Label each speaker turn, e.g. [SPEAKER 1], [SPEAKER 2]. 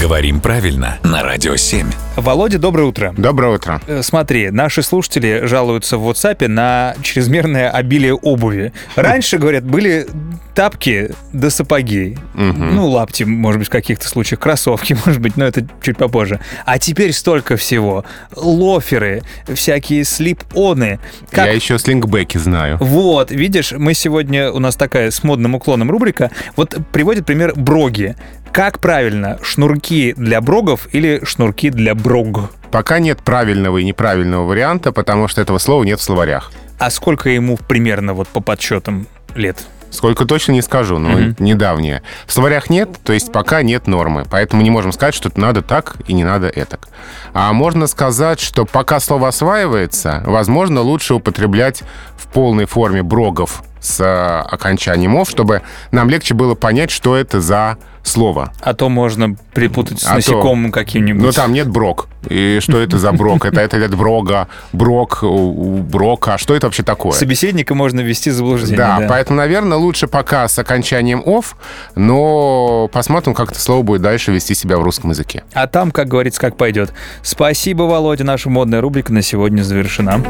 [SPEAKER 1] Говорим правильно на Радио 7.
[SPEAKER 2] Володя, доброе утро.
[SPEAKER 3] Доброе утро.
[SPEAKER 2] Э, Смотри, наши слушатели жалуются в WhatsApp на чрезмерное обилие обуви. Раньше, говорят, были тапки до сапоги. Ну, лапти, может быть, в каких-то случаях, кроссовки, может быть, но это чуть попозже. А теперь столько всего. Лоферы, всякие слип-оны. Как
[SPEAKER 3] Я еще слингбеки знаю.
[SPEAKER 2] вот, видишь, мы сегодня, у нас такая с модным уклоном рубрика, вот приводит пример броги. Как правильно, шнурки для брогов или шнурки для брог?
[SPEAKER 3] Пока нет правильного и неправильного варианта, потому что этого слова нет в словарях.
[SPEAKER 2] А сколько ему примерно вот по подсчетам лет?
[SPEAKER 3] Сколько точно не скажу, но недавнее. В словарях нет, то есть пока нет нормы. Поэтому не можем сказать, что надо так и не надо этак. А можно сказать, что пока слово осваивается, возможно, лучше употреблять в полной форме брогов с э, окончанием «ов», чтобы нам легче было понять, что это за слово.
[SPEAKER 2] А то можно припутать с
[SPEAKER 3] А то-
[SPEAKER 2] насекомым каким-нибудь.
[SPEAKER 3] Но Ну, там нет брок. И что это за брок? Это это от брога, брок, у- у брока. А Что это вообще такое?
[SPEAKER 2] Собеседника можно ввести в заблуждение.
[SPEAKER 3] Да,
[SPEAKER 2] да.
[SPEAKER 3] поэтому, наверное, лучше пока с окончанием «ов», но посмотрим, как это слово будет дальше вести себя в русском языке.
[SPEAKER 2] А там, как говорится, как пойдет. Спасибо, Володя. Наша модная рубрика на сегодня завершена.